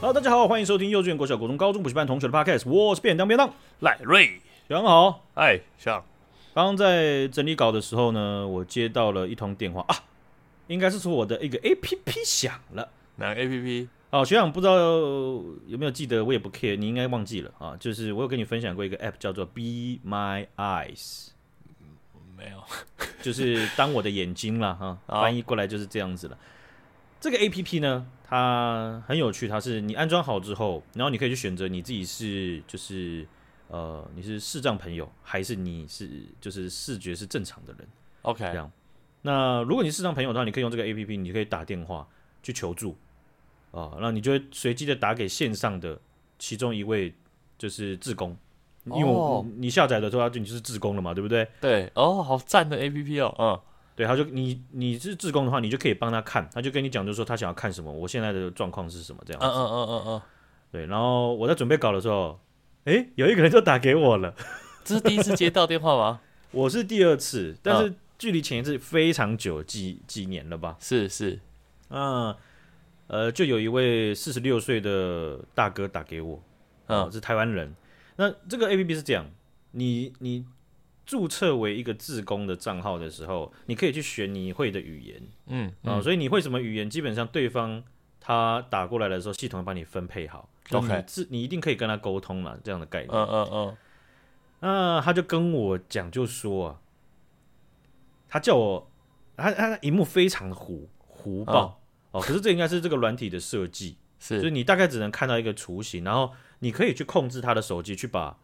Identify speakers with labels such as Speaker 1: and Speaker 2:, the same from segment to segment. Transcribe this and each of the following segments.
Speaker 1: 好，大家好，欢迎收听幼稚园、国小、国中、高中补习班同学的 podcast，我是便当便当，
Speaker 2: 赖瑞，
Speaker 1: 杨好。
Speaker 2: 哎，像
Speaker 1: 刚刚在整理稿的时候呢，我接到了一通电话啊，应该是说我的一个 APP 响了。
Speaker 2: 哪个 A P P？
Speaker 1: 哦，学长不知道有没有记得，我也不 care，你应该忘记了啊。就是我有跟你分享过一个 app 叫做 Be My Eyes，
Speaker 2: 没有，
Speaker 1: 就是当我的眼睛啦哈、
Speaker 2: 好
Speaker 1: 翻译过来就是这样子了。这个 A P P 呢，它很有趣，它是你安装好之后，然后你可以去选择你自己是就是呃你是视障朋友，还是你是就是视觉是正常的人。这
Speaker 2: OK，
Speaker 1: 样。那如果你是视障朋友的话，你可以用这个 A P P，你可以打电话去求助啊，那你就会随机的打给线上的其中一位就是志工，因为我、
Speaker 2: 哦
Speaker 1: 你下载的时候，他就你就是志工了嘛，对不对？
Speaker 2: 对，哦，好赞的 A P P 哦，嗯，
Speaker 1: 对，他就你你是志工的话，你就可以帮他看，他就跟你讲，就是说他想要看什么，我现在的状况是什么这样。
Speaker 2: 嗯嗯嗯嗯嗯，
Speaker 1: 对，然后我在准备稿的时候，诶，有一个人就打给我了，
Speaker 2: 这是第一次接到电话吗？
Speaker 1: 我是第二次，但
Speaker 2: 嗯
Speaker 1: 是距离前一次非常久，几几年了吧？
Speaker 2: 是是，
Speaker 1: 那呃，就有一位四十六岁的大哥打给我，啊、
Speaker 2: 嗯
Speaker 1: 是台湾人。那这个 A P P 是这样，你你注册为一个自工的账号的时候，你可以去选你会的语言
Speaker 2: 嗯
Speaker 1: 啊、
Speaker 2: 嗯
Speaker 1: 所以你会什么语言，基本上对方他打过来的时候，系统会帮你分配好。就你
Speaker 2: OK
Speaker 1: 自你一定可以跟他沟通了，这样的概念。
Speaker 2: 嗯嗯嗯，
Speaker 1: 那他就跟我讲，就说啊，他叫我，他他荧幕非常的糊糊
Speaker 2: 嗯
Speaker 1: 爆、哦，可是这应该是这个软体的设计，就是
Speaker 2: 是
Speaker 1: 你大概只能看到一个雏形，然后你可以去控制他的手机去把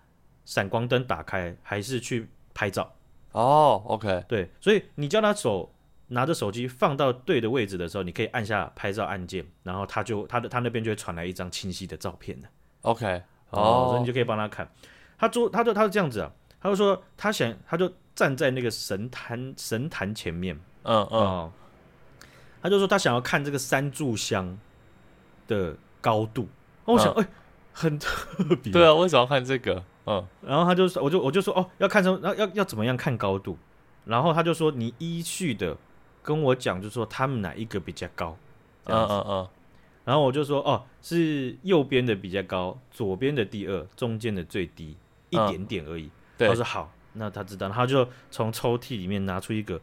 Speaker 1: 闪光灯打开，还是去拍照，
Speaker 2: 哦，OK，
Speaker 1: 对，所以你叫他手。拿着手机放到对的位置的时候，你可以按下拍照按键，然后他就他的他那边就会传来一张清晰的照片了
Speaker 2: OK，
Speaker 1: 哦，所以你
Speaker 2: 哦，
Speaker 1: 就可以帮他看。他做，他就他是这样子啊，他就说他想，他就站在那个神坛神坛前面，
Speaker 2: 嗯嗯
Speaker 1: 哦，他就说他想要看这个三炷香的高度。哦、我想，哎、很特别。
Speaker 2: 嗯对啊，为什么要看这个？嗯
Speaker 1: 然后他就说，我就我就说，哦，要看什么，要要要怎么样看高度？然后他就说，你依序的跟我讲，就说他们哪一个比较高。这样
Speaker 2: 嗯
Speaker 1: 子
Speaker 2: 嗯嗯，
Speaker 1: 然后我就说，哦，是右边的比较高，左边的第二，中间的最低，一
Speaker 2: 嗯
Speaker 1: 点点而已。他
Speaker 2: 对，
Speaker 1: 说好，那他知道，他就从抽屉里面拿出一个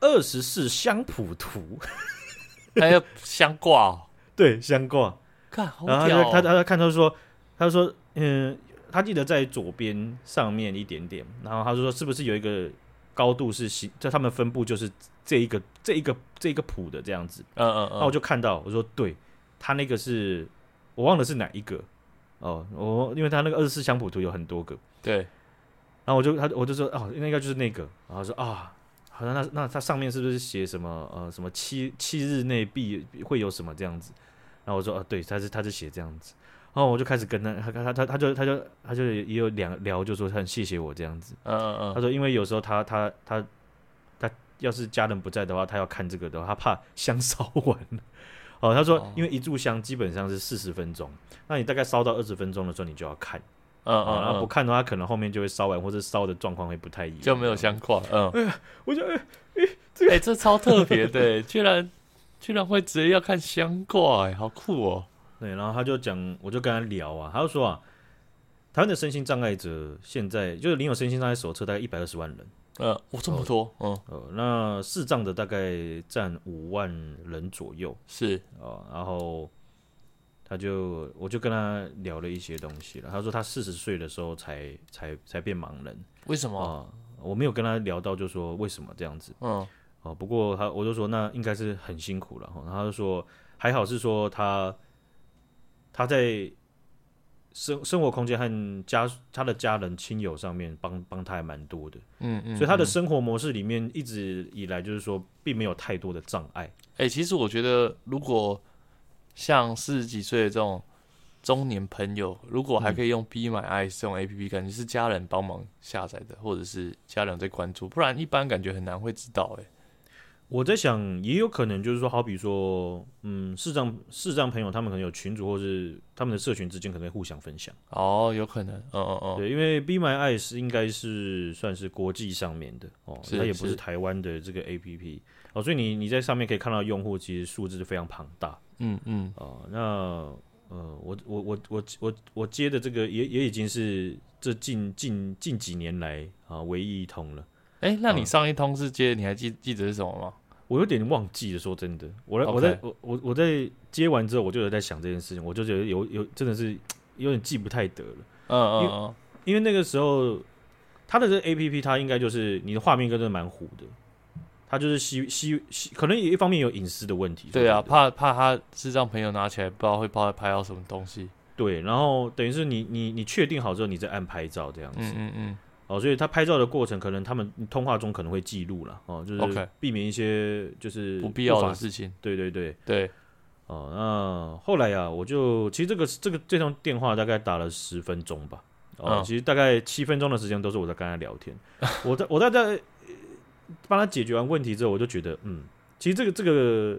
Speaker 1: 二十四香谱图，
Speaker 2: 还哎要相挂哦，
Speaker 1: 对，香挂。
Speaker 2: 看好
Speaker 1: 然后
Speaker 2: 屌
Speaker 1: 他就他
Speaker 2: 哦，
Speaker 1: 他就看他说，他就说，嗯，他记得在左边上面一点点，然后他就说是不是有一个高度是形，就他们分布就是这一个这一个这一个谱的这样子。
Speaker 2: 嗯嗯
Speaker 1: 那我
Speaker 2: 嗯，
Speaker 1: 就看到，我说对，他那个是我忘了是哪一个哦，我因为他那个二十四香谱图有很多个，
Speaker 2: 对，
Speaker 1: 然后我就他我就说哦，那应该就是那个，然后说啊，好像那那它上面是不是写什么呃什么七七日内必会有什么这样子？然后我说啊，对，他是他是写这样子，然后我就开始跟他他他他他就他就他就也有两聊，就说他很谢谢我这样子。
Speaker 2: 嗯嗯
Speaker 1: 他
Speaker 2: 嗯，
Speaker 1: 说因为有时候他他他他要是家人不在的话，他要看这个的话，他怕香烧完了。哦，他说
Speaker 2: 哦，
Speaker 1: 因为一炷香基本上是四十分钟，那你大概烧到二十分钟的时候，你就要看。
Speaker 2: 嗯
Speaker 1: 啊，然后
Speaker 2: 嗯
Speaker 1: 不
Speaker 2: 嗯，
Speaker 1: 看的话，可能后面就会烧完，或者烧的状况会不太一样，
Speaker 2: 就没有相挂，嗯。
Speaker 1: 我就哎
Speaker 2: 哎、这超特别的、欸居然居然会直接要看香挂、哎，好酷哦、
Speaker 1: 对，然后他就讲，我就跟他聊啊，他就说啊，台湾的身心障碍者现在就是领有身心障碍手册大概一百二十万人，
Speaker 2: 嗯，我这么多，嗯，
Speaker 1: 呃，那视障的大概占五万人左右
Speaker 2: 是，
Speaker 1: 啊、然后他就我就跟他聊了一些东西了，他说他四十岁的时候才才才变盲人
Speaker 2: 为什
Speaker 1: 啊、
Speaker 2: 么？
Speaker 1: 我没有跟他聊到就说为什么这样子。
Speaker 2: 嗯，
Speaker 1: 哦，不过他我就说那应该是很辛苦了，哦吼然后他就说还好是说他他在生生活空间和家他的家人亲友上面帮帮他还蛮多的，
Speaker 2: 嗯嗯，
Speaker 1: 所以他的
Speaker 2: 嗯
Speaker 1: 生活模式里面一直以来就是说并没有太多的障碍，
Speaker 2: 哎、其实我觉得，如果像四十几岁的这种中年朋友，如果还可以用 B 买 I 这种 A P P，感觉是家人帮忙下载的，或者是家人在关注，不然一般感觉很难会知道、哎，
Speaker 1: 我在想，也有可能就是说，好比说，嗯，视障视障朋友他们可能有群组，或是他们的社群之间可能会互相分享。
Speaker 2: 哦，有可能，嗯嗯嗯，
Speaker 1: 对，因为 Be My Eyes 应该是算是国际上面的哦，
Speaker 2: 是
Speaker 1: 它也不是
Speaker 2: 是
Speaker 1: 台湾的这个 APP 哦，所以你你在上面可以看到用户其实数字是非常庞大
Speaker 2: 嗯嗯，
Speaker 1: 哦。那呃，我我我我我我接的这个也也已经是这近近近几年来啊唯一一通了。
Speaker 2: 哎、那你
Speaker 1: 嗯
Speaker 2: 上一通是接，你还记记得是什么吗？
Speaker 1: 我有点忘记了，说真的，我来
Speaker 2: OK
Speaker 1: 我在我我我在接完之后，我就有在想这件事情，我就觉得有有真的是有点记不太得了，
Speaker 2: 嗯嗯
Speaker 1: 因
Speaker 2: 嗯，
Speaker 1: 因为那个时候它的这 A P P 它应该就是你的画面跟着蛮糊的，它就是希希希可能也一方面有隐私的问题，
Speaker 2: 对
Speaker 1: 说真的
Speaker 2: 啊，怕怕他是让朋友拿起来，不知道会怕拍到什么东西。
Speaker 1: 对，然后等于是你你你确定好之后，你再按拍照这样子，
Speaker 2: 嗯嗯嗯，
Speaker 1: 哦，所以他拍照的过程，可能他们通话中可能会记录了，哦，就是
Speaker 2: OK
Speaker 1: 避免一些就是
Speaker 2: 不必要
Speaker 1: 法
Speaker 2: 的，事情。
Speaker 1: 对对对，
Speaker 2: 对，
Speaker 1: 哦，那后来啊，我就其实这个这个这通电话大概打了十分钟吧，哦，
Speaker 2: 嗯
Speaker 1: 其实大概七分钟的时间都是我在跟他聊天，我在我在在呃帮他解决完问题之后，我就觉得，嗯，其实这个这个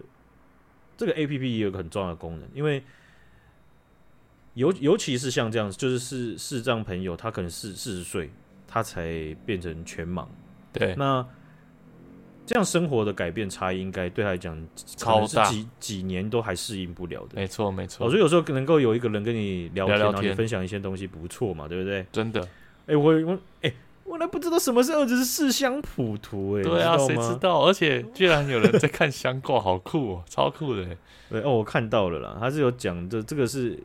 Speaker 1: 这个 A P P 也有一个很重要的功能，因为尤尤其是像这样，就是视视障朋友，他可能四四十岁，他才变成全盲，
Speaker 2: 对，
Speaker 1: 那这样生活的改变差异，应该对他来讲
Speaker 2: 超
Speaker 1: 可能是
Speaker 2: 大
Speaker 1: 几几年都还适应不了的。
Speaker 2: 没错没
Speaker 1: 我
Speaker 2: 错
Speaker 1: 觉，得有时候能够有一个人跟你聊
Speaker 2: 聊
Speaker 1: 天，
Speaker 2: 聊
Speaker 1: 然后你
Speaker 2: 天
Speaker 1: 分享一些东西，不错嘛，对不对？
Speaker 2: 真的。
Speaker 1: 哎、我我哎、我都不知道什么是二十四乡谱图、哎，
Speaker 2: 对啊，
Speaker 1: 你
Speaker 2: 谁
Speaker 1: 吗
Speaker 2: 知？道？而且居然有人在看相挂，好酷哦，超酷的耶。
Speaker 1: 对哦，我看到了啦，他是有讲这这个是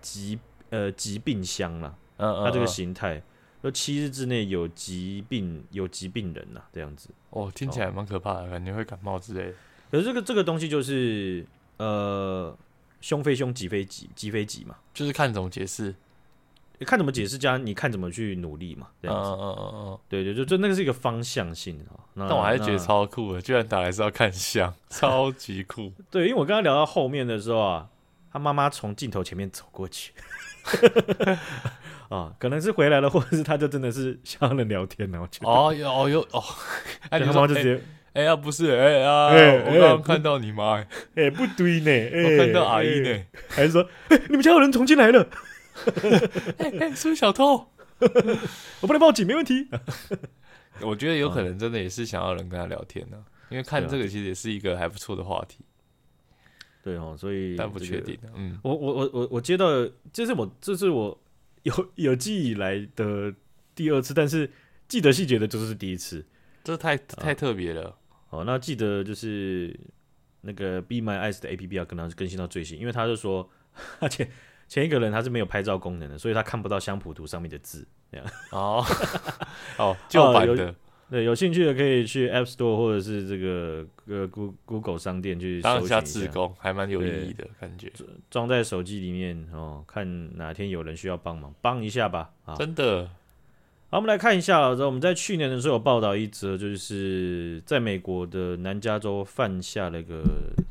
Speaker 1: 疾呃疾病乡啦，
Speaker 2: 嗯嗯，
Speaker 1: 他这个
Speaker 2: 嗯
Speaker 1: 形态，说七日之内有疾病有疾病人呐、这样子。
Speaker 2: 哦，听起来蛮可怕的，感觉会感冒之类的。
Speaker 1: 可是这个这个东西就是呃，凶非凶，吉非吉，吉非吉嘛，
Speaker 2: 就是看怎么解释。
Speaker 1: 你看怎么解释加你看怎么去努力嘛，这
Speaker 2: 嗯
Speaker 1: 样子。
Speaker 2: 嗯嗯嗯嗯。
Speaker 1: 对对，就就那个是一个方向性啊。那
Speaker 2: 但我还是觉得
Speaker 1: 那
Speaker 2: 超酷的，居然打来是要 看相，超级酷。
Speaker 1: 对，因为我刚刚聊到后面的时候啊，他妈妈从镜头前面走过去。 啊，可能是回来了，或者是他就真的是想要人聊天呢。我觉得，
Speaker 2: 哦有哦有哦，哎，
Speaker 1: 对
Speaker 2: 你
Speaker 1: 他
Speaker 2: 说
Speaker 1: 妈妈就直
Speaker 2: 哎
Speaker 1: 接，
Speaker 2: 哎呀，不是，哎啊，
Speaker 1: 哎
Speaker 2: 我刚刚
Speaker 1: 哎
Speaker 2: 看到你妈，哎
Speaker 1: 哎、不对呢，哎
Speaker 2: 我看到阿姨，呢，
Speaker 1: 哎还是说，哎、你们家有人重新来了，
Speaker 2: 哎哎， 是不是小偷？
Speaker 1: 我帮你报警，没问题。 啊
Speaker 2: 我觉得有可能真的也是想要人跟他聊天呢，因为
Speaker 1: 嗯
Speaker 2: 看
Speaker 1: 对啊
Speaker 2: 这个其实也是一个还不错的话题，
Speaker 1: 对哦，所以
Speaker 2: 但不
Speaker 1: 这
Speaker 2: 确
Speaker 1: 个
Speaker 2: 定啊。嗯，
Speaker 1: 我我我我我接到，这是我这是我有有记忆以来的第二次，但是记得细节的就是第一次。
Speaker 2: 这太
Speaker 1: 啊
Speaker 2: 太特 别了。
Speaker 1: 哦，那记得就是那个 Be My Eyes 的 A P P 要跟它更新到最新，因为他就说， 而且前一个人他是没有拍照功能的，所以他看不到相谱图上面的字。
Speaker 2: 哦 哦，旧版
Speaker 1: 有
Speaker 2: 的，
Speaker 1: 对，有兴趣的可以去 App Store 或者是这个呃 Goo- Google 商店去搜
Speaker 2: 当一
Speaker 1: 寻
Speaker 2: 下
Speaker 1: 一
Speaker 2: 自
Speaker 1: 下，
Speaker 2: 工还蛮有意义的感觉，
Speaker 1: 装在手机里面哦，看哪天有人需要帮忙，帮一下吧啊。
Speaker 2: 真的。
Speaker 1: 好，我们来看一下，我们在去年的时候有报道一则，就是在美国的南加州犯下了一个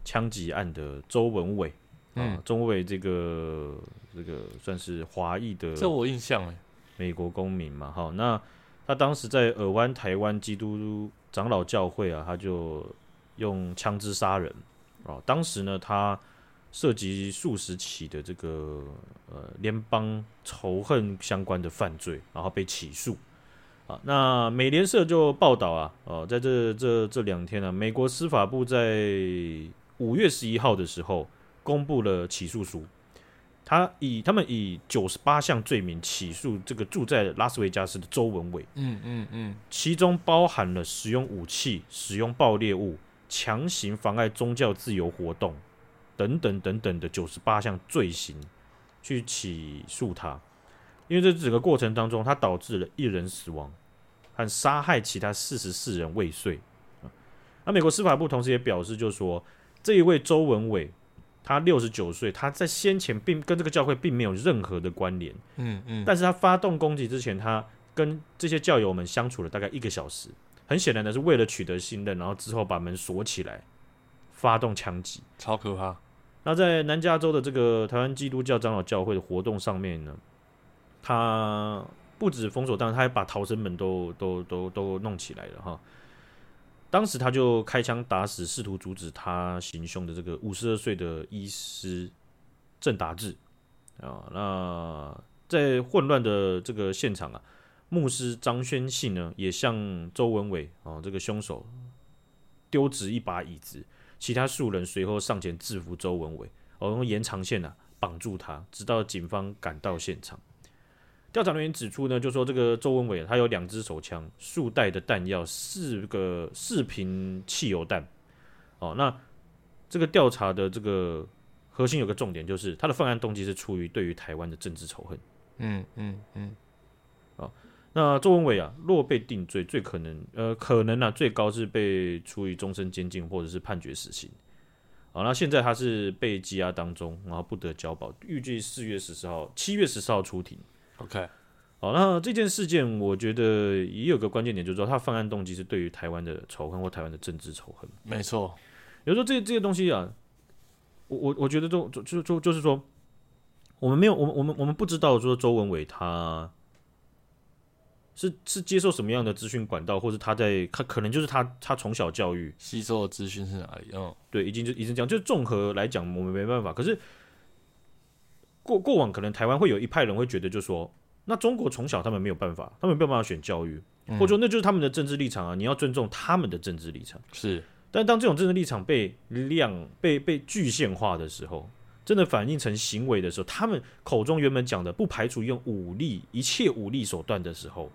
Speaker 1: 枪击案的周文伟，
Speaker 2: 嗯
Speaker 1: 啊，周文伟这个这个算是华裔的
Speaker 2: 这我印象哎，
Speaker 1: 美国公民嘛，哈，那他当时在尔湾台湾基督长老教会啊，他就用枪支杀人哦。当时呢，他涉及数十起的这个呃联邦仇恨相关的犯罪，然后被起诉。啊，那美联社就报道啊，哦，在这这这两天呢、啊，美国司法部在五月十一号的时候公布了起诉书，他以他们以九十八项罪名起诉这个住在拉斯维加斯的周文伟，
Speaker 2: 嗯嗯嗯，
Speaker 1: 其中包含了使用武器、使用爆裂物、强行妨碍宗教自由活动等等等等的九十八项罪行去起诉他。因为这整个过程当中，他导致了一人死亡和杀害其他四十四人未遂。啊那美国司法部同时也表示，就是说这一位周文伟，他六十九岁，他在先前并跟这个教会并没有任何的关联。
Speaker 2: 嗯嗯，
Speaker 1: 但是他发动攻击之前，他跟这些教友们相处了大概一个小时，很显然的是为了取得信任，然后之后把门锁起来，发动枪击。
Speaker 2: 超可怕。
Speaker 1: 那在南加州的这个台湾基督教长老教会的活动上面呢，他不止封锁，当然他还把逃生门都都都都弄起来了哈。当时他就开枪打死试图阻止他行凶的这个五十二岁的医师郑达志啊。那在混乱的这个现场啊，牧师张宣信呢也向周文伟啊这个凶手丢掷一把椅子，其他数人随后上前制服周文伟，哦，用延长线啊绑住他，直到警方赶到现场。调查人员指出呢，就说这个周文伟他有两支手枪、数袋的弹药、四个四瓶汽油弹。哦，那这个调查的这个核心有个重点，就是他的犯案动机是出于对于台湾的政治仇恨。
Speaker 2: 嗯嗯嗯，
Speaker 1: 那周文伟啊，若被定罪，最可能呃可能啊最高是被处以终身监禁或者是判决死刑。好，那现在他是被羁押当中，然后不得交保，预计四月十四号、七月十四号出庭。
Speaker 2: OK，
Speaker 1: 好，那这件事件，我觉得也有个关键点，就是说他犯案动机是对于台湾的仇恨或台湾的政治仇恨。
Speaker 2: 没错，
Speaker 1: 有时候这这些东西啊，我我我觉得都就就就就是说，我们没有，我们我们我们不知道说周文伟他是是接受什么样的资讯管道，或者他在他可能就是他他从小教育
Speaker 2: 吸收的资讯是哪里？嗯，
Speaker 1: 对，已经就已经这样，就是综合来讲，我们没办法。可是过过往可能台湾会有一派人会觉得，就说那中国从小他们没有办法，他们没有办法选教育，或者说那就是他们的政治立场啊，你要尊重他们的政治立场。
Speaker 2: 是
Speaker 1: 但当这种政治立场被量被被具现化的时候，真的反映成行为的时候，他们口中原本讲的不排除用武力一切武力手段的时候，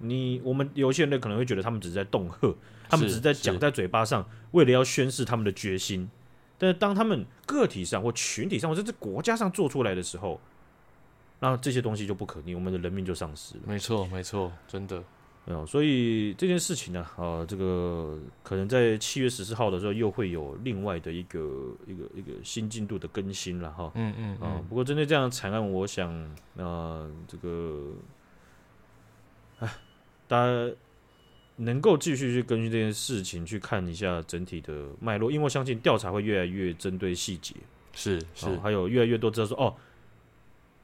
Speaker 1: 你我们有些人可能会觉得他们只是在恫吓，他们只是在
Speaker 2: 是
Speaker 1: 讲在嘴巴上，为了要宣示他们的决心。但是当他们个体上或群体上，或者是国家上做出来的时候，那这些东西就不可逆，我们的人命就丧失了。
Speaker 2: 没错没错，真的
Speaker 1: 嗯，所以这件事情呢、啊，这个可能在七月十四号的时候又会有另外的一个一个一个新进度的更新了哈。
Speaker 2: 嗯嗯
Speaker 1: 啊
Speaker 2: 嗯，，
Speaker 1: 不过针对这样的惨案，我想，呃，这个，哎，大家能够继续去根据这件事情去看一下整体的脉络，因为我相信调查会越来越针对细节。
Speaker 2: 是
Speaker 1: 哦
Speaker 2: 是，
Speaker 1: 还有越来越多知道说，哦，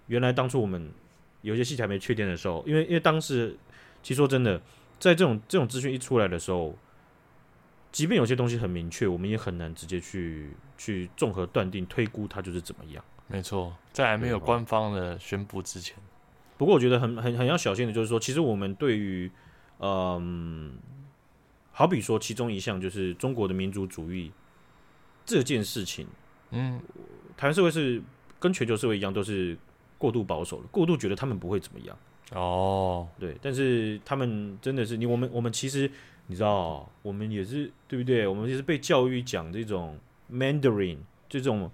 Speaker 1: 原来当初我们有一些细节还没确定的时候，因为因为当时，其实说真的，在这种这种资讯一出来的时候，即便有些东西很明确，我们也很难直接去去综合断定推估它就是怎么样。
Speaker 2: 没错，在还没有
Speaker 1: 对哦
Speaker 2: 官方的宣布之前，
Speaker 1: 不过我觉得很很很要小心的，就是说，其实我们对于，嗯，好比说其中一项就是中国的民族主义这件事情，
Speaker 2: 嗯，
Speaker 1: 台湾社会是跟全球社会一样，都是过度保守的，过度觉得他们不会怎么样，
Speaker 2: 哦，
Speaker 1: 对。但是他们真的是你，我们我们其实你知道，我们也是对不对？我们也是被教育讲这种 Mandarin 这种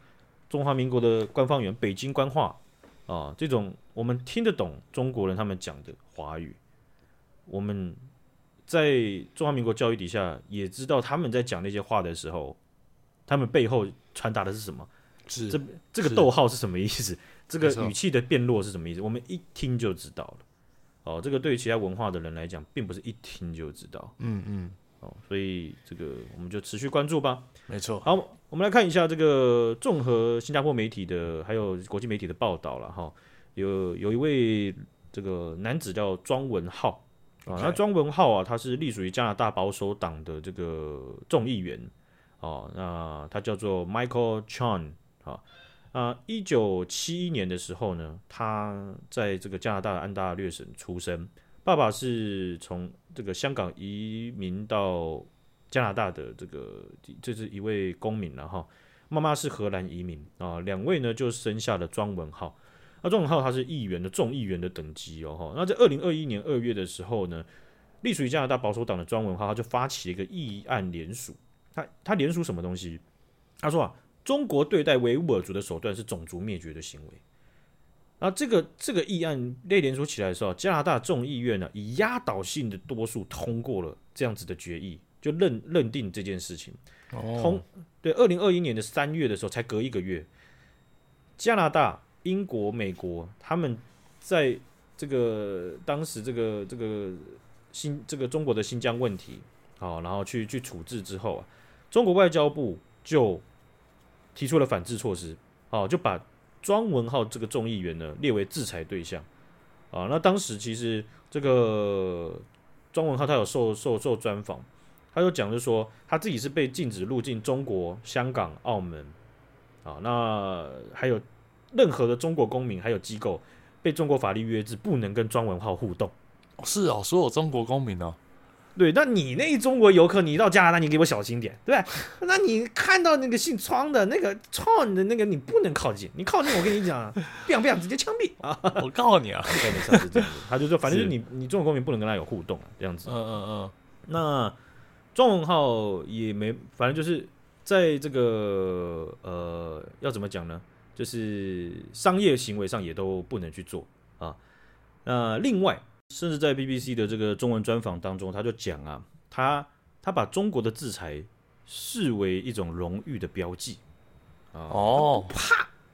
Speaker 1: 中华民国的官方语言，北京官话啊，这种我们听得懂中国人他们讲的华语，我们在中华民国教育底下也知道他们在讲那些话的时候，他们背后传达的是什么。
Speaker 2: 是
Speaker 1: 这这个
Speaker 2: 是
Speaker 1: 逗号是什么意思？ 这
Speaker 2: 没
Speaker 1: 个
Speaker 2: 错
Speaker 1: 语气的变弱是什么意思？我们一听就知道了。哦，这个对于其他文化的人来讲，并不是一听就知道
Speaker 2: 嗯嗯，
Speaker 1: 哦，所以这个我们就持续关注吧。
Speaker 2: 没错，
Speaker 1: 好，我们来看一下这个综合新加坡媒体的还有国际媒体的报道了哈。有有一位这个男子叫庄文浩啊，
Speaker 2: OK
Speaker 1: 那庄文浩啊，他是隶属于加拿大保守党的这个众议员哦，那他叫做 Michael Chan 啊。啊，一九七一年的时候呢，他在这个加拿大的安大略省出生，爸爸是从这个香港移民到加拿大的这个这是一位公民了哈，妈妈是荷兰移民啊，两位呢就生下了庄文浩。那庄文浩他是议员的众议员的等级哦哈。那在二零二一年二月的时候呢，隶属于加拿大保守党的庄文浩他就发起了一个议案联署，他他联署什么东西？他说啊，中国对待维吾尔族的手段是种族灭绝的行为。那这个这个议案类联署起来的时候，啊加拿大众议院呢、啊以压倒性的多数通过了这样子的决议，就认认定这件事情。
Speaker 2: 哦
Speaker 1: 同，对，二零二一年的三月的时候，才隔一个月，加拿大、英国、美国他们在这个当时这个这个新这个中国的新疆问题，好、然后去去处置之后啊，中国外交部就提出了反制措施，好、就把庄文浩这个众议员呢列为制裁对象，啊，那当时其实这个庄文浩他有受受受专访。他就讲，就说他自己是被禁止入境中国、香港、澳门啊，那还有任何的中国公民还有机构被中国法律约制，不能跟庄文浩互动。
Speaker 2: 是哦，所有中国公民哦，
Speaker 1: 对，那你那中国游客，你到加拿大，你给我小心点，对不对？ 那你看到那个姓窗的那个操你的那个，你不能靠近，你靠近我跟你讲， 不想不想直接枪毙啊！
Speaker 2: 我告诉你啊，
Speaker 1: 概念上是这样子， 他就说，反正就是
Speaker 2: 是
Speaker 1: 你你中国公民不能跟他有互动啊，这样子。
Speaker 2: 嗯嗯
Speaker 1: 那庄文浩也没，反正就是在这个呃，要怎么讲呢？就是商业行为上也都不能去做啊。那另外，甚至在 BBC 的这个中文专访当中，他就讲啊，他他把中国的制裁视为一种荣誉的标记啊。
Speaker 2: 嗯，哦，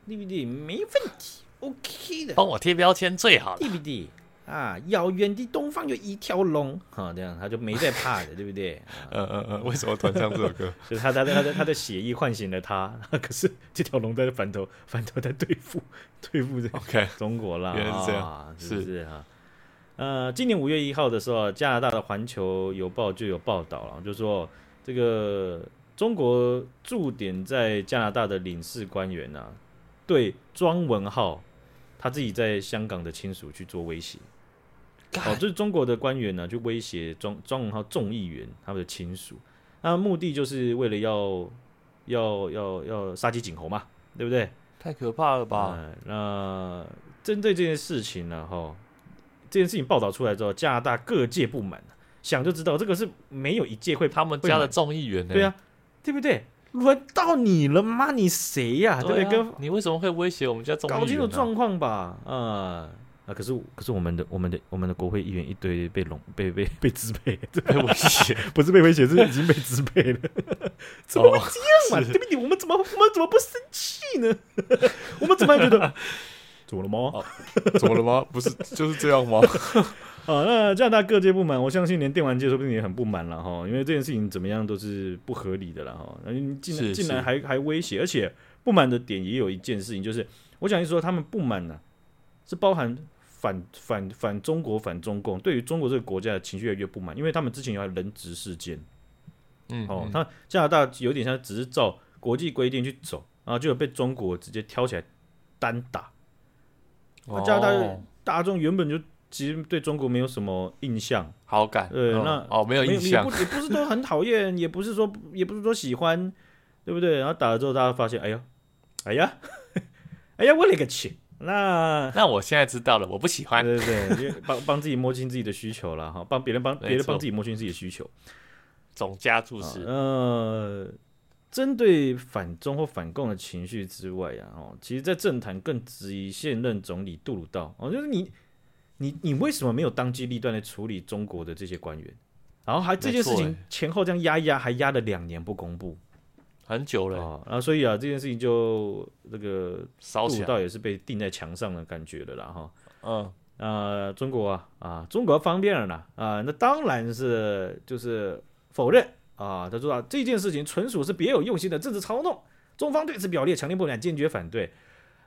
Speaker 1: ，DVD 没问题，OK 的。
Speaker 2: 帮我贴标签最好了。
Speaker 1: 对不对？啊，遥远的东方有一条龙，啊，这样他就没在怕的，对不对？
Speaker 2: 嗯嗯嗯，为什么突然唱这首歌？
Speaker 1: 就是他他他的他的血意唤醒了他， 可是这条龙在反头反头在对付 对付这个
Speaker 2: OK，
Speaker 1: 中国啦，
Speaker 2: 原来是这样
Speaker 1: 啊、是不是啊？呃，今年五月一号的时候，加拿大的《环球邮报》就有报道了，就说这个中国驻点在加拿大的领事官员啊，对庄文浩他自己在香港的亲属去做威胁。哦，就是中国的官员呢、去威胁庄庄文浩众议员他们的亲属，那目的就是为了要要要要杀鸡儆猴嘛，对不对？
Speaker 2: 太可怕了吧？
Speaker 1: 嗯那针对这件事情呢，哈，这件事情报道出来之后，加拿大各界不满，想就知道这个是没有一届会，
Speaker 2: 他们家的众议员呢？
Speaker 1: 对啊，对不对？轮到你了吗？你谁呀、对不
Speaker 2: 对
Speaker 1: 对？
Speaker 2: 啊，
Speaker 1: 跟
Speaker 2: 你为什么会威胁我们家众议员啊？
Speaker 1: 搞清楚状况吧，啊、啊！可是可是我们的我们的我们的国会议员一堆被笼被被被支配，
Speaker 2: 被威胁，
Speaker 1: 不是被威胁，是已经被支配 了。怎么会
Speaker 2: 哦
Speaker 1: 这样嘛？
Speaker 2: 啊
Speaker 1: 对不对？我们怎么我们怎么不生气呢？ 我们怎么还觉得 怎么了吗？
Speaker 2: 怎么了吗？不是就是这样吗？
Speaker 1: 好，那加拿大各界不满，我相信连电玩界说不定也很不满了哈，因为这件事情怎么样都是不合理的了哈。然后你竟然
Speaker 2: 是
Speaker 1: 竟然
Speaker 2: 是
Speaker 1: 还还威胁，而且不满的点也有一件事情，就是我想一说，他们不满呢、啊是包含反反反中国、反中共，对于中国这个国家的情绪越来越不满，因为他们之前有人质事件
Speaker 2: 嗯，
Speaker 1: 哦
Speaker 2: 嗯，
Speaker 1: 他加拿大有点像只是照国际规定去走，然后就有被中国直接挑起来单打，那加拿大
Speaker 2: 哦
Speaker 1: 大众原本就其实对中国没有什么印象。
Speaker 2: 好感，
Speaker 1: 对
Speaker 2: 嗯
Speaker 1: 那
Speaker 2: 哦没有
Speaker 1: 没也
Speaker 2: 印象
Speaker 1: 不，也不是说很讨 厌，也不是说也不是说喜欢，对不对？然后打了之后，大家发现，哎呀，哎呀， 哎呀，我勒个去！那
Speaker 2: 那我现在知道了，我不喜欢。
Speaker 1: 对对对，因 为帮帮自己摸清自己的需求了哈，帮别人帮
Speaker 2: 没错
Speaker 1: 别人帮自己摸清自己的需求。
Speaker 2: 总加注
Speaker 1: 啊
Speaker 2: 是
Speaker 1: 呃，针对反中或反共的情绪之外啊，哦，其实，在政坛更质疑现任总理杜鲁道哦，就是你，你，你为什么没有当机立断的处理中国的这些官员？然后还这件事
Speaker 2: 没
Speaker 1: 情
Speaker 2: 错欸
Speaker 1: 前后这样压一压，还压了两年不公布
Speaker 2: 很久了，
Speaker 1: 哦，然后所以啊，这件事情就这个
Speaker 2: 烧
Speaker 1: 杜
Speaker 2: 起
Speaker 1: 鲁
Speaker 2: 来，
Speaker 1: 道也是被钉在墙上的感觉了啦哈。
Speaker 2: 嗯，
Speaker 1: 呃，中国啊，啊，中国方面了呢，啊，那当然是就是否认啊，他说啊，这件事情纯属是别有用心的政治操弄，中方对此表列强烈不满，坚决反对。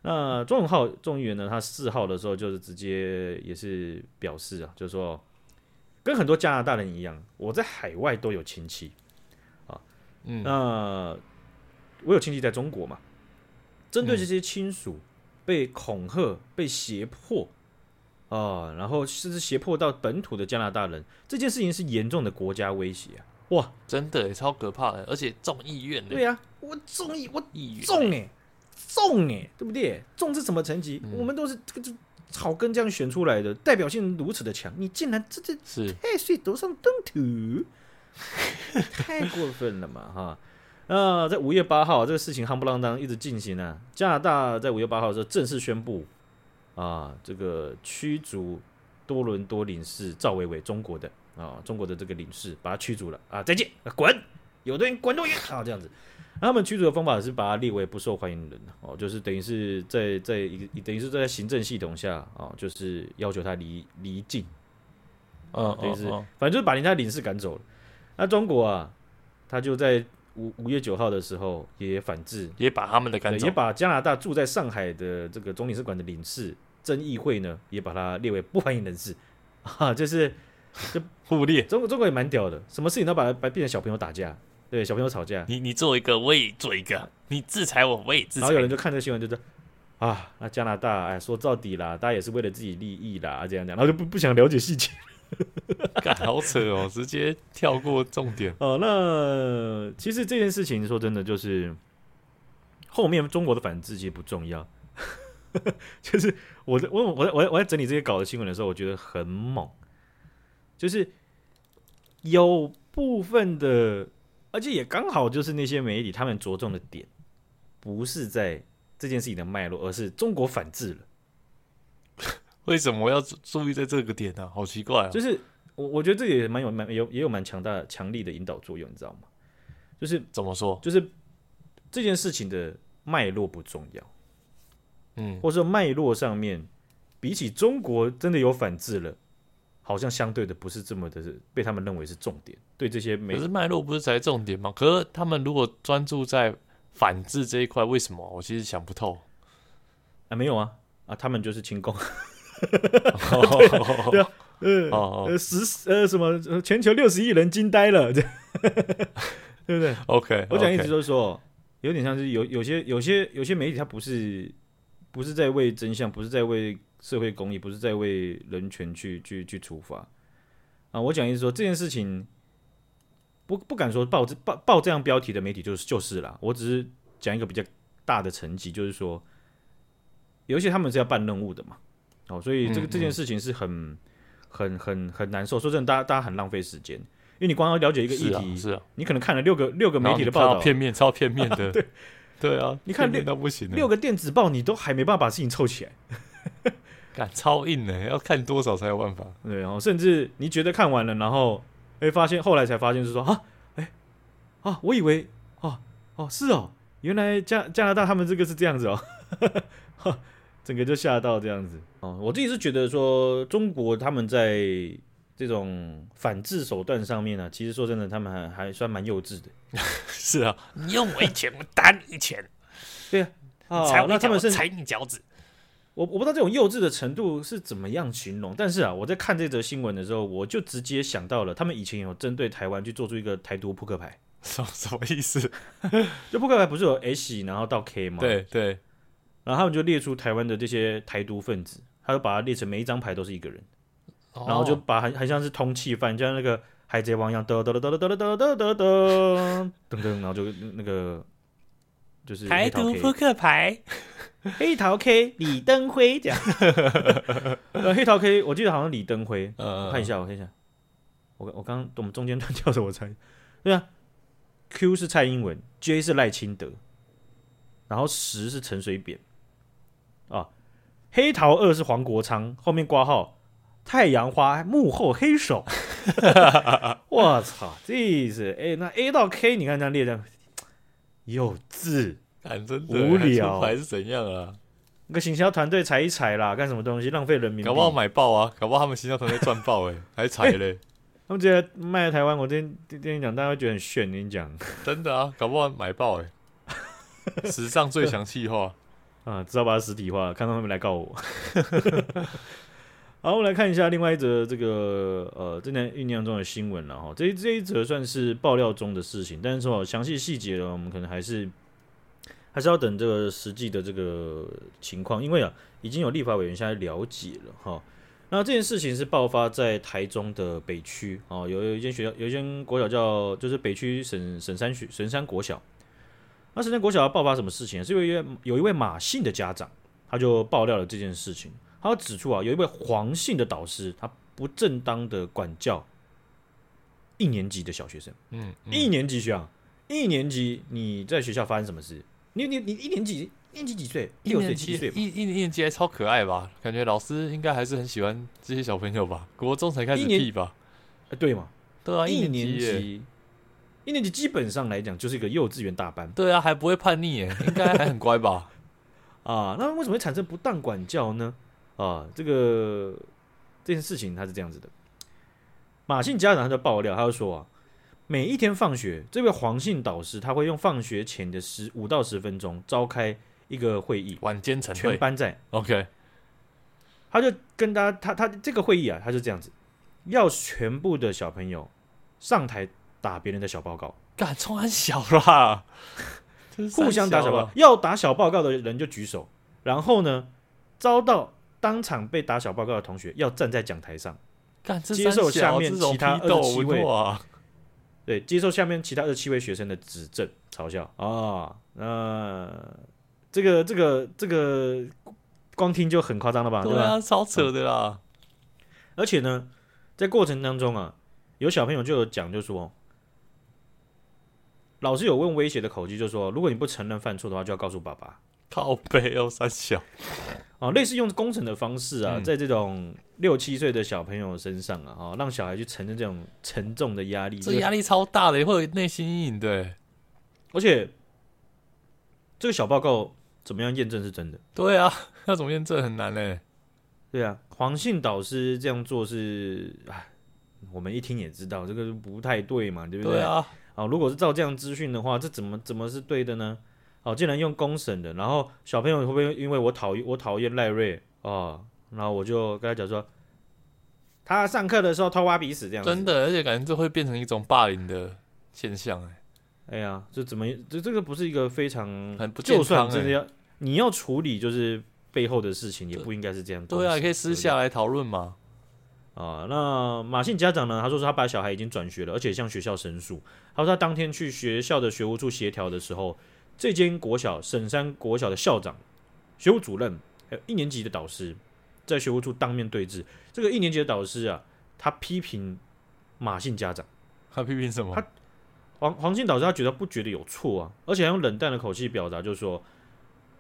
Speaker 1: 那庄文浩众议员呢，他四号的时候就是直接也是表示啊，就是说跟很多加拿大人一样，我在海外都有亲戚啊，
Speaker 2: 嗯
Speaker 1: 那我有亲戚在中国嘛，针对这些亲属被恐吓、被胁迫。啊，然后甚至胁迫到本土的加拿大人，这件事情是严重的国家威胁啊！哇，
Speaker 2: 真的耶欸超可怕的，而且众议院的
Speaker 1: 对啊呀、我中意我
Speaker 2: 议员，
Speaker 1: 中哎、中哎、对不对？中是什么层级？我们都是这个就草根这样选出来的，代表性如此的强，你竟然这这
Speaker 2: 是
Speaker 1: 太岁头上动土，太过分了嘛哈！ 呃，在五月八号，这个事情夯不啷当一直进行啊。加拿大在五月八号的时候正式宣布啊，这个驱逐多伦多领事赵伟伟，中国的啊，中国的这个领事把他驱逐了啊，再见，滚，有的人滚多远啊，这样子。那他们驱逐的方法是把他列为不受欢迎人哦，就是等于是在在一个等于是在行政系统下啊，就是要求他离离境
Speaker 2: 嗯
Speaker 1: 类似
Speaker 2: 嗯嗯，
Speaker 1: 反正就是把人家领事赶走了。那中国啊，他就在五五月九号的时候也反制，
Speaker 2: 也把他们的赶
Speaker 1: 对
Speaker 2: 走
Speaker 1: 也，把加拿大驻在上海的这个总领事馆的领事曾议会呢，也把他列为不欢迎人士 啊，就是
Speaker 2: 互列。
Speaker 1: 中国中国也蛮屌的，什么事情都把它把变成小朋友打架，对小朋友吵架，
Speaker 2: 你你做一个，我也做一个，你制裁我，我也制
Speaker 1: 然
Speaker 2: 裁
Speaker 1: 后有人
Speaker 2: 你。
Speaker 1: 就看这个新闻就说。啊，那加拿大，哎，说到底啦，大家也是为了自己利益啦，这样讲，然后就不不想了解细节，
Speaker 2: 干好扯 哦，直接跳过重点。
Speaker 1: 哦，那其实这件事情说真的，就是后面中国的反制其实不重要， 就是我在我我在我在我在整理这些稿的新闻的时候，我觉得很猛，就是有部分的，而且也刚好就是那些媒体他们着重的点，不是在这件事情的脉络，而是中国反制了。
Speaker 2: 为什么要注注意在这个点呢、好奇怪啊！
Speaker 1: 就是我我觉得这也蛮有蛮有也有蛮强大强力的引导作用，你知道吗？就是
Speaker 2: 怎么说？
Speaker 1: 就是这件事情的脉络不重要，
Speaker 2: 嗯，
Speaker 1: 或者说脉络上面，比起中国真的有反制了，好像相对的不是这么的被他们认为是重点。对这些没
Speaker 2: 可是脉络不是才是重点吗？可是他们如果专注在反制这一块，为什么？我其实想不 透。
Speaker 1: 啊没有啊啊，他们就是清宫，
Speaker 2: 哦
Speaker 1: 对啊 呃
Speaker 2: 哦
Speaker 1: 呃十呃什么呃全球六十亿人惊呆了，这 对不对？
Speaker 2: ，OK，
Speaker 1: 我讲意思
Speaker 2: OK
Speaker 1: 就是说，有点像是有有些有些有些媒体，它不是不是在为真相，不是在为社会公益，不是在为人权去去去出发啊。我讲意思说，这件事情不不敢说报这报报这样标题的媒体就是就是啦，我只是讲一个比较大的层级，就是说，有一些他们是要办任务的嘛，哦，所以这个
Speaker 2: 嗯
Speaker 1: 这件事情是很很很很难受。说真的，大家大家很浪费时间，因为你光要了解一个议
Speaker 2: 是啊
Speaker 1: 题。
Speaker 2: 是啊，
Speaker 1: 你可能看了六个六个
Speaker 2: 然
Speaker 1: 媒
Speaker 2: 后
Speaker 1: 体
Speaker 2: 你
Speaker 1: 的
Speaker 2: 看
Speaker 1: 报
Speaker 2: 到
Speaker 1: 道，
Speaker 2: 片面超片面的， 对对啊，
Speaker 1: 你看
Speaker 2: 片面
Speaker 1: 六
Speaker 2: 到不行的，
Speaker 1: 六个电子报，你都还没办法把事情凑起来。
Speaker 2: 干超硬的，要看多少才有办法。
Speaker 1: 对，然后甚至你觉得看完了，然后哎发现后来才发现是说啊，哎啊，我以为哦哦是哦，原来加加拿大他们这个是这样子哦， 哈整个就吓到这样子哦。我自己是觉得说中国他们在这种反制手段上面呢、啊其实说真的，他们还还算蛮幼稚的。
Speaker 2: 是啊，你用我一拳，我打你一拳，
Speaker 1: 对啊，哦
Speaker 2: 踩我一
Speaker 1: 那
Speaker 2: 脚
Speaker 1: 他们是
Speaker 2: 我踩你脚趾。
Speaker 1: 我我不知道这种幼稚的程度是怎么样形容，但是啊，我在看这则新闻的时候，我就直接想到了，他们以前有针对台湾去做出一个台独扑克牌，
Speaker 2: 什么什么意思？
Speaker 1: 就扑克牌不是有 H 然后到 K 吗？，
Speaker 2: 对对，
Speaker 1: 然后他们就列出台湾的这些台独分子，他就把它列成每一张牌都是一个人，然后就
Speaker 2: 哦
Speaker 1: 把很很像是通缉犯，就像那个海贼王一样，噔噔噔噔噔噔噔噔噔噔噔，然后就那个就是
Speaker 2: 台独扑克牌，
Speaker 1: 黑桃 K 李登辉这样， 呃，黑桃 K 我记得好像李登辉，我
Speaker 2: 呃
Speaker 1: 看一，下，我看一下，我刚我刚我们中间断掉的，我猜，对啊，Q 是蔡英文，J 是赖清德，然后十是陈水扁，啊，黑桃二是黄国昌，后面挂号太阳花幕后黑 手，我操，这是哎，那 A 到 K 你看这样列这样，幼稚，
Speaker 2: 看真的
Speaker 1: 无
Speaker 2: 还出
Speaker 1: 聊
Speaker 2: 牌是怎样啊？
Speaker 1: 那个行销团队踩一踩啦，干什么东西，浪费人民币，
Speaker 2: 搞不好买爆啊，搞不好他们形象团队赚爆哎、还踩 嘞，
Speaker 1: 他们直接卖来台湾，我今天今天讲，大家会觉得很炫，跟你讲。
Speaker 2: 真的啊，搞不好买爆哎、史上最强气 话，
Speaker 1: 啊，知道把它实体化，看到他们来告我。 好，我们来看一下另外一则这个呃正在酝酿中的新闻了哈。这一这一则算是爆料中的事情，但是说详细细节呢，我们可能还是还是要等这个实际的这个情况，因为啊，已经有立法委员现在了解了哈。那这件事情是爆发在台中的北区哦，有有一间学校，有一间国小叫就是北区沈沈山学沈山国小，那神山国小爆发什么事情？是有一位有一位马姓的家长，他就爆料了这件事情。他指出啊，有一位黄姓的导师，他不正当的管教一年级的小学生。
Speaker 2: 嗯，嗯
Speaker 1: 一年级学啊，一年级你在学校发生什么事？你你你一年级一年级几岁？
Speaker 2: 一
Speaker 1: 六
Speaker 2: 年
Speaker 1: 岁
Speaker 2: 级
Speaker 1: 七岁吧？
Speaker 2: 一一年级还超可爱吧？感觉老师应该还是很喜欢这些小朋友吧？国中才开始
Speaker 1: 一年
Speaker 2: 屁吧？
Speaker 1: 呃对嘛？
Speaker 2: 对啊，
Speaker 1: 一
Speaker 2: 年
Speaker 1: 年
Speaker 2: 级耶
Speaker 1: 级一年级基本上来讲就是一个幼稚园大班
Speaker 2: 对啊，还不会叛 逆耶，应该还很乖吧？
Speaker 1: 啊。那为什么会产生不当管教呢？啊，这个这件事情它是这样子的。马姓家长他就爆料，他就说啊，每一天放学，这位黄姓导师他会用放学前的十五到十分钟召开一个会议，
Speaker 2: 晚间晨
Speaker 1: 全
Speaker 2: 会
Speaker 1: 班在，
Speaker 2: ，OK，
Speaker 1: 他就跟大家他他这个会议啊，他就这样子，要全部的小朋友上台打别人的小报告，
Speaker 2: 干冲很小啦，真是
Speaker 1: 互相打
Speaker 2: 三
Speaker 1: 小啊
Speaker 2: 啊
Speaker 1: 报
Speaker 2: 了
Speaker 1: 告，要打小报告的人就举手，然后呢，遭到当场被打小报告的同学要站在讲台上，
Speaker 2: 干这
Speaker 1: 接受
Speaker 2: 三小
Speaker 1: 下面
Speaker 2: 这种
Speaker 1: 其他
Speaker 2: 批斗
Speaker 1: 27
Speaker 2: 不
Speaker 1: 位
Speaker 2: 错啊，
Speaker 1: 对，接受下面其他二七位学生的指正嘲笑啊，那、这个这个这个光听就很夸张了吧，对
Speaker 2: 对
Speaker 1: 吧？
Speaker 2: 啊，超扯的啦。
Speaker 1: 而且呢，在过程当中啊，有小朋友就有讲，就说老师有问威胁的口气，就说如果你不承认犯错的话，就要告诉爸爸
Speaker 2: 靠背哦，三小，
Speaker 1: 啊，类似用工程的方式啊，
Speaker 2: 嗯
Speaker 1: 在这种六七岁的小朋友身上啊，啊，让小孩去承认这种沉重的压力，
Speaker 2: 这
Speaker 1: 这个
Speaker 2: 压力超大的，会有内心阴影的。
Speaker 1: 而且这个小报告怎么样验证是真的？
Speaker 2: 对啊， 要怎么验证很难呢？
Speaker 1: 对啊，黄信导师这样做是，哎，我们一听也知道这个不太对嘛，对不
Speaker 2: 对啊，
Speaker 1: 好，如果是照这样资讯的话，这怎么怎么是对的呢？好，竟然用公审的，然后小朋友会不会因为我讨厌我讨厌赖瑞啊、哦然后我就跟他讲说，他上课的时候偷挖鼻屎这样子，
Speaker 2: 真的，而且感觉这会变成一种霸凌的现象哎。
Speaker 1: 哎呀，这怎么这这个不是一个非常
Speaker 2: 很不健
Speaker 1: 就算
Speaker 2: 康
Speaker 1: 真的
Speaker 2: 欸
Speaker 1: 要你要处理就是背后的事情，也
Speaker 2: 对
Speaker 1: 不应该是这样公审。
Speaker 2: 对啊，可以私
Speaker 1: 对不对
Speaker 2: 下来讨论嘛。
Speaker 1: 啊，那马姓家长呢？他说是他把小孩已经转学了，而且向学校申诉。他说他当天去学校的学务处协调的时候，这间国小沈山国小的校长、学务主任还有一年级的导师在学务处当面对质。这个一年级的导师啊，他批评马姓家长，
Speaker 2: 他批评什么
Speaker 1: 他？黄黄姓导师他觉得不觉得有错啊，而且还用冷淡的口气表达，就是说：“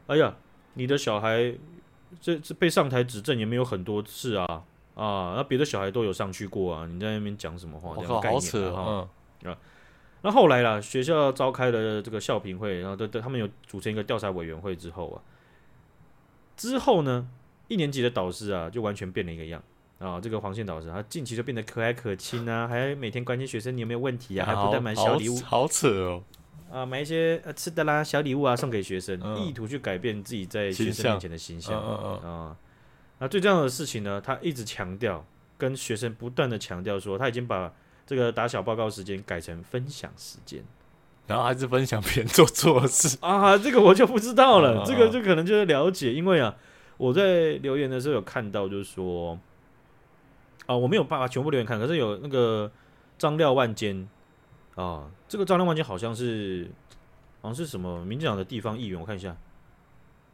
Speaker 1: 哎呀，你的小孩这这被上台指正也没有很多次啊啊，那别的小孩都有上去过啊，你在那边讲什么话？
Speaker 2: 我
Speaker 1: 这
Speaker 2: 靠，
Speaker 1: 样概
Speaker 2: 哦好
Speaker 1: 念
Speaker 2: 扯
Speaker 1: 啊哈。
Speaker 2: 哦，
Speaker 1: 那后来啦，学校召开了这个校评会，然后对对，他们有组成一个调查委员会之后啊，之后呢，一年级的导师啊就完全变了一个样啊。这个黄线导师，他近期就变得可爱可亲啊，还每天关心学生你有没有问题
Speaker 2: 嗯，
Speaker 1: 啊，还不但买小礼物
Speaker 2: 好好扯哦。
Speaker 1: 啊，买一些呃吃的啦、小礼物啊送给学生，
Speaker 2: 嗯
Speaker 1: 意图去改变自己在
Speaker 2: 形
Speaker 1: 学生面
Speaker 2: 象
Speaker 1: 前的形
Speaker 2: 嗯
Speaker 1: 象
Speaker 2: 嗯嗯，
Speaker 1: 啊。那最重要的事情呢，他一直强调，跟学生不断的强调说，他已经把这个打小报告时间改成分享时间
Speaker 2: 然后还是分享别人做错的 事。
Speaker 1: 啊。这个我就不知道了，
Speaker 2: 嗯嗯
Speaker 1: 这个
Speaker 2: 嗯
Speaker 1: 就可能就是了解，因为啊，我在留言的时候有看到，就是说，啊，我没有办法全部留言看，可是有那个张廖万坚啊，这个张廖万坚好像是好像是什么民进党的地方议员，我看一下，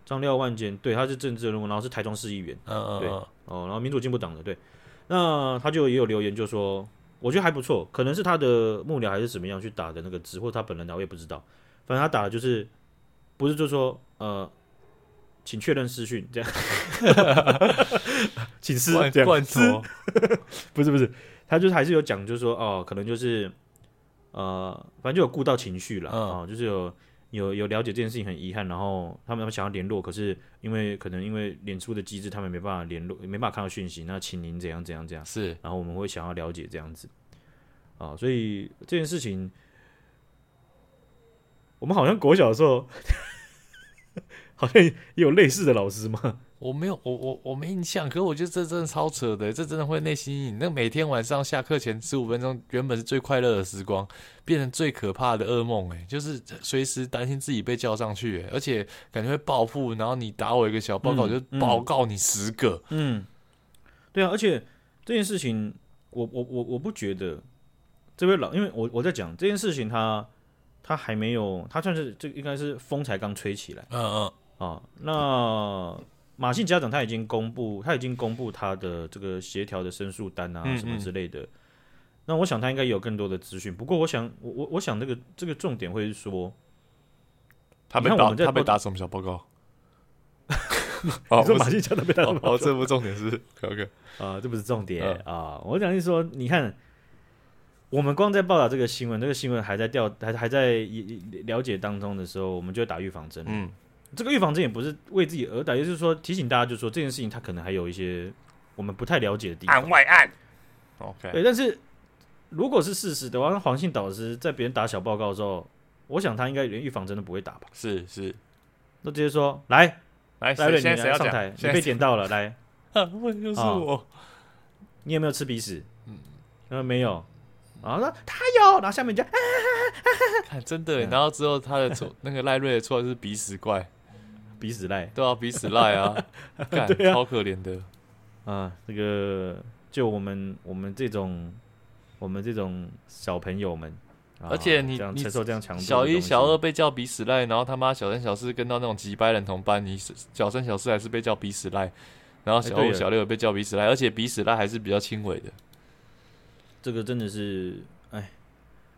Speaker 1: 张廖万坚，对，他是政治人物，然后是台中市议员
Speaker 2: 嗯嗯
Speaker 1: 对
Speaker 2: 嗯，
Speaker 1: 哦，然后民主进步党的，对，那他就也有留言就说，我觉得还不错，可能是他的幕僚还是怎么样去打的那个字，或者他本人打，我也不知道，反正他打的就是不是就说呃。请确认私讯，这样， 请私
Speaker 2: 罐
Speaker 1: 这样
Speaker 2: 罐
Speaker 1: 私
Speaker 2: 头，
Speaker 1: 不是不是，他就是还是有讲，就是说哦，可能就是呃，反正就有顾到情绪了啊、
Speaker 2: 嗯
Speaker 1: 哦就是有有有了解这件事情很遗憾，然后他们想要联络，可是因为可能因为脸书的机制，他们没办法联络，没办法看到讯息，那请您怎样怎样怎样，
Speaker 2: 是
Speaker 1: 然后我们会想要了解这样子啊、所以这件事情，我们好像国小的时候 好像也有类似的老师嘛，
Speaker 2: 我没有，我我我没印象，可是我觉得这真的超扯的，这真的会内心阴影。那每天晚上下课前十五分钟，原本是最快乐的时光，变成最可怕的噩梦，哎，就是随时担心自己被叫上去，哎而且感觉会报复，然后你打我一个小报
Speaker 1: 嗯
Speaker 2: 告，我就
Speaker 1: 嗯
Speaker 2: 报告你十个，
Speaker 1: 嗯，对啊，而且这件事情，我我我我不觉得这位老，因为我我在讲这件事情他，他还没有，他算是这应该是风才刚吹起来
Speaker 2: 嗯嗯，
Speaker 1: 啊。那马信家长他已经公布，他已经公布他的这个协调的申诉单啊，
Speaker 2: 嗯
Speaker 1: 什么之类的。那我想他应该有更多的资讯，不过我想我我我想这个这个重点会是说，
Speaker 2: 他被
Speaker 1: 你看我
Speaker 2: 打，
Speaker 1: 们在
Speaker 2: 他被打什么小报 告？哦，
Speaker 1: 你说
Speaker 2: 不
Speaker 1: 马
Speaker 2: 是
Speaker 1: 信家长被他
Speaker 2: 哦哦，这不重点是 OK，
Speaker 1: 啊，这不是重点
Speaker 2: 嗯
Speaker 1: 啊、我想是说，你看，我们光在报道这个新闻，这个新闻还在调，还还在了解当中的时候，我们就会打预防针。
Speaker 2: 嗯，
Speaker 1: 这个预防针也不是为自己而打，也就是说提醒大家，就是说这件事情它可能还有一些我们不太了解的地方。
Speaker 2: 案外案，OK，
Speaker 1: 对，但是如果是事实的话，那黄信导师在别人打小报告的时候，我想他应该连预防针都不会打吧？
Speaker 2: 是是，
Speaker 1: 那直接说来，
Speaker 2: 来，
Speaker 1: 来
Speaker 2: 哎谁
Speaker 1: 瑞，你
Speaker 2: 现在谁
Speaker 1: 来
Speaker 2: 要
Speaker 1: 上
Speaker 2: 讲
Speaker 1: 台？，你
Speaker 2: 现
Speaker 1: 被
Speaker 2: 在
Speaker 1: 点到了，来，
Speaker 2: 啊，问就 是
Speaker 1: 啊
Speaker 2: 我。
Speaker 1: 你有没有吃鼻屎？嗯，呃，没有。然后说他有，然后下面哎就
Speaker 2: 看，真的耶，
Speaker 1: 嗯
Speaker 2: 然后之后他的错， 那个赖瑞的错就是鼻屎怪，
Speaker 1: 鼻屎赖
Speaker 2: 对啊，鼻屎赖啊，干
Speaker 1: 对啊
Speaker 2: 超可怜的，
Speaker 1: 啊，这个就我们我们这种我们这种小朋友们，啊
Speaker 2: 而且你
Speaker 1: 这样
Speaker 2: 你
Speaker 1: 承受这样强度的
Speaker 2: 小一、
Speaker 1: 东西
Speaker 2: 小二被叫比死赖，然后他妈小三、小四跟到那种几百人同班，你是小三、小四还是被叫比死赖，然后小
Speaker 1: 哎对
Speaker 2: 五、
Speaker 1: 了
Speaker 2: 小六也被叫比死赖，而且比死赖还是比较轻微的。
Speaker 1: 这个真的是，哎，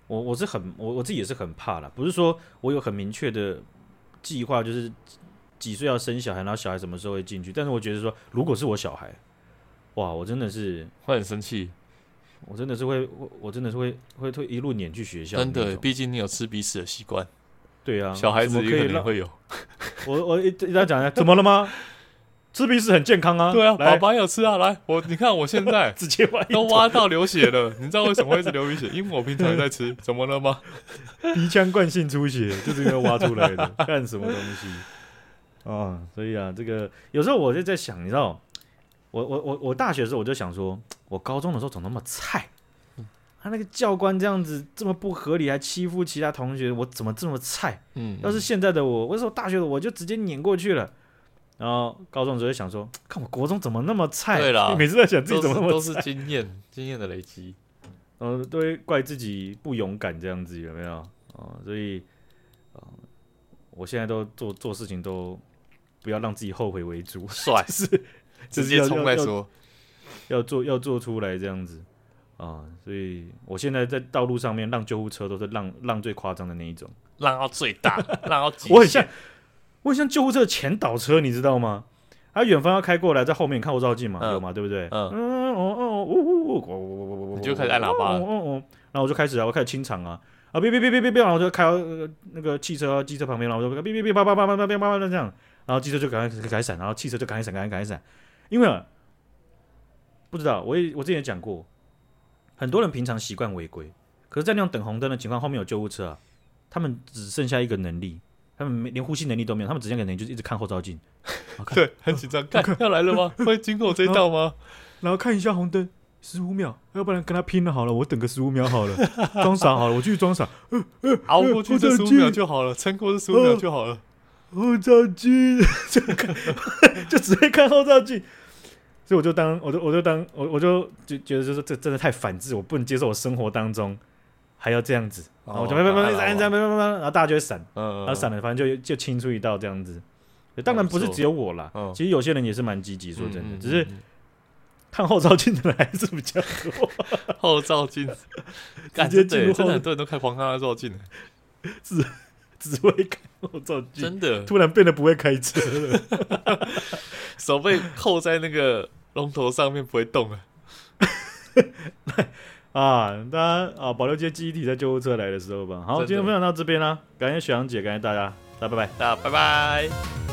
Speaker 1: 我我是很我我自己也是很怕啦，不是说我有很明确的计划，就是几岁要生小孩，然后小孩什么时候会进去。但是我觉得说，如果是我小孩，哇，我真的是，
Speaker 2: 会很生气，
Speaker 1: 啊我真的是会，我我真的是会会会一路撵去学校那
Speaker 2: 真
Speaker 1: 种。
Speaker 2: 的，毕竟你有吃鼻屎的习惯，
Speaker 1: 对啊，
Speaker 2: 小孩
Speaker 1: 怎
Speaker 2: 子
Speaker 1: 么
Speaker 2: 也
Speaker 1: 可以
Speaker 2: 可能
Speaker 1: 让
Speaker 2: 会有。
Speaker 1: 我我一一要讲一啊下，怎么了吗？吃鼻屎很健康啊，
Speaker 2: 对啊，
Speaker 1: 来
Speaker 2: 爸爸有吃啊，来，我你看我现在
Speaker 1: 直接把
Speaker 2: 都挖到流血了，你知道为什么会是流鼻血？因为我平常也在吃，怎么了吗？
Speaker 1: 鼻腔惯性出血，就是因为挖出来 的，干什么东西啊？所以啊，这个有时候我就在想，你知道，我我我我大学的时候我就想说，我高中的时候怎么那么菜？
Speaker 2: 嗯
Speaker 1: 他那个教官这样子这么不合理，还欺负其他同学，我怎么这么菜？
Speaker 2: 嗯，
Speaker 1: 要是现在的我，我那时候大学的我就直接碾过去了。然后高中的时候就想说，看我国中怎么那么菜？
Speaker 2: 对啦
Speaker 1: 每次在想自己
Speaker 2: 都
Speaker 1: 怎
Speaker 2: 是
Speaker 1: 么那么
Speaker 2: 都是经验经验的累积。
Speaker 1: 嗯，都会怪自己不勇敢这样子，有没有？啊、所以，啊、我现在都做做事情都不要让自己后悔为主，
Speaker 2: 帅，
Speaker 1: 是
Speaker 2: 直接冲来说，
Speaker 1: 要做要做出来这样子啊、所以我现在在道路上面让救护车都是让让最夸张的那一种，
Speaker 2: 浪到最 大，浪到极
Speaker 1: 我很像
Speaker 2: 限。
Speaker 1: 我很像救护车的前导车，你知道吗？他远方要开过来，在后面你看后照镜嘛，
Speaker 2: 嗯
Speaker 1: 有嘛，对不对？
Speaker 2: 嗯
Speaker 1: 嗯哦哦呜呜呜，
Speaker 2: 你就开始按喇叭了
Speaker 1: 嗯嗯嗯，然后我就开始啊，我开始清场啊，啊别别别别别别，然后我就开到呃那个汽车机车旁边，然后我就别别别叭叭叭叭叭叭叭叭这样，然后机车就赶快赶快闪，然后汽车就赶快闪赶快赶快闪，因为啊不知道我也我之前也讲过，很多人平常习惯违规，可是，在那种等红灯的情况，后面有救护车啊，他们只剩下一个能力。他们没连呼吸能力都没有，他们只剩下一个能力就是一直看后照镜，
Speaker 2: 对，很紧 张，看要来了吗？会经过这一道 吗？
Speaker 1: 然后看一下红灯，十五秒，要不然跟他拼了好了，我等个十五秒好了，装傻好了，我继续装傻。
Speaker 2: 熬过去哦这
Speaker 1: 我
Speaker 2: 十
Speaker 1: 的
Speaker 2: 五
Speaker 1: 天
Speaker 2: 秒就好了，撑过这十五秒就好了。
Speaker 1: 后照镜，就看就只会看后照镜，所以我就当我就我就当我我就就觉得就是这真的太反智，我不能接受我生活当中还要这样子，
Speaker 2: 哦
Speaker 1: 然后我就慢慢慢慢慢慢慢慢慢慢，然后大家就会闪，
Speaker 2: 嗯，
Speaker 1: 然后闪了，反正就就清出一道这样子。当然不是只有我啦
Speaker 2: 嗯，
Speaker 1: 其实有些人也是蛮积极，说
Speaker 2: 嗯，
Speaker 1: 真的，
Speaker 2: 嗯
Speaker 1: 只 是
Speaker 2: 嗯
Speaker 1: 看后照镜的人还是比较多，
Speaker 2: 嗯后照镜， 感
Speaker 1: 直接进入
Speaker 2: 觉对，真
Speaker 1: 后
Speaker 2: 的很多人都开黄康照镜，
Speaker 1: 只会看后照镜，
Speaker 2: 真 的
Speaker 1: 突然变得不会开车了。
Speaker 2: 手被扣在那个龙头上面不会动了。
Speaker 1: 啊，大家啊，保留些记忆体在救护车来的时候吧。好，
Speaker 2: 真的
Speaker 1: 今天分享到这边啦，感谢雪阳姐，感谢大家，大家拜拜。
Speaker 2: 那拜拜。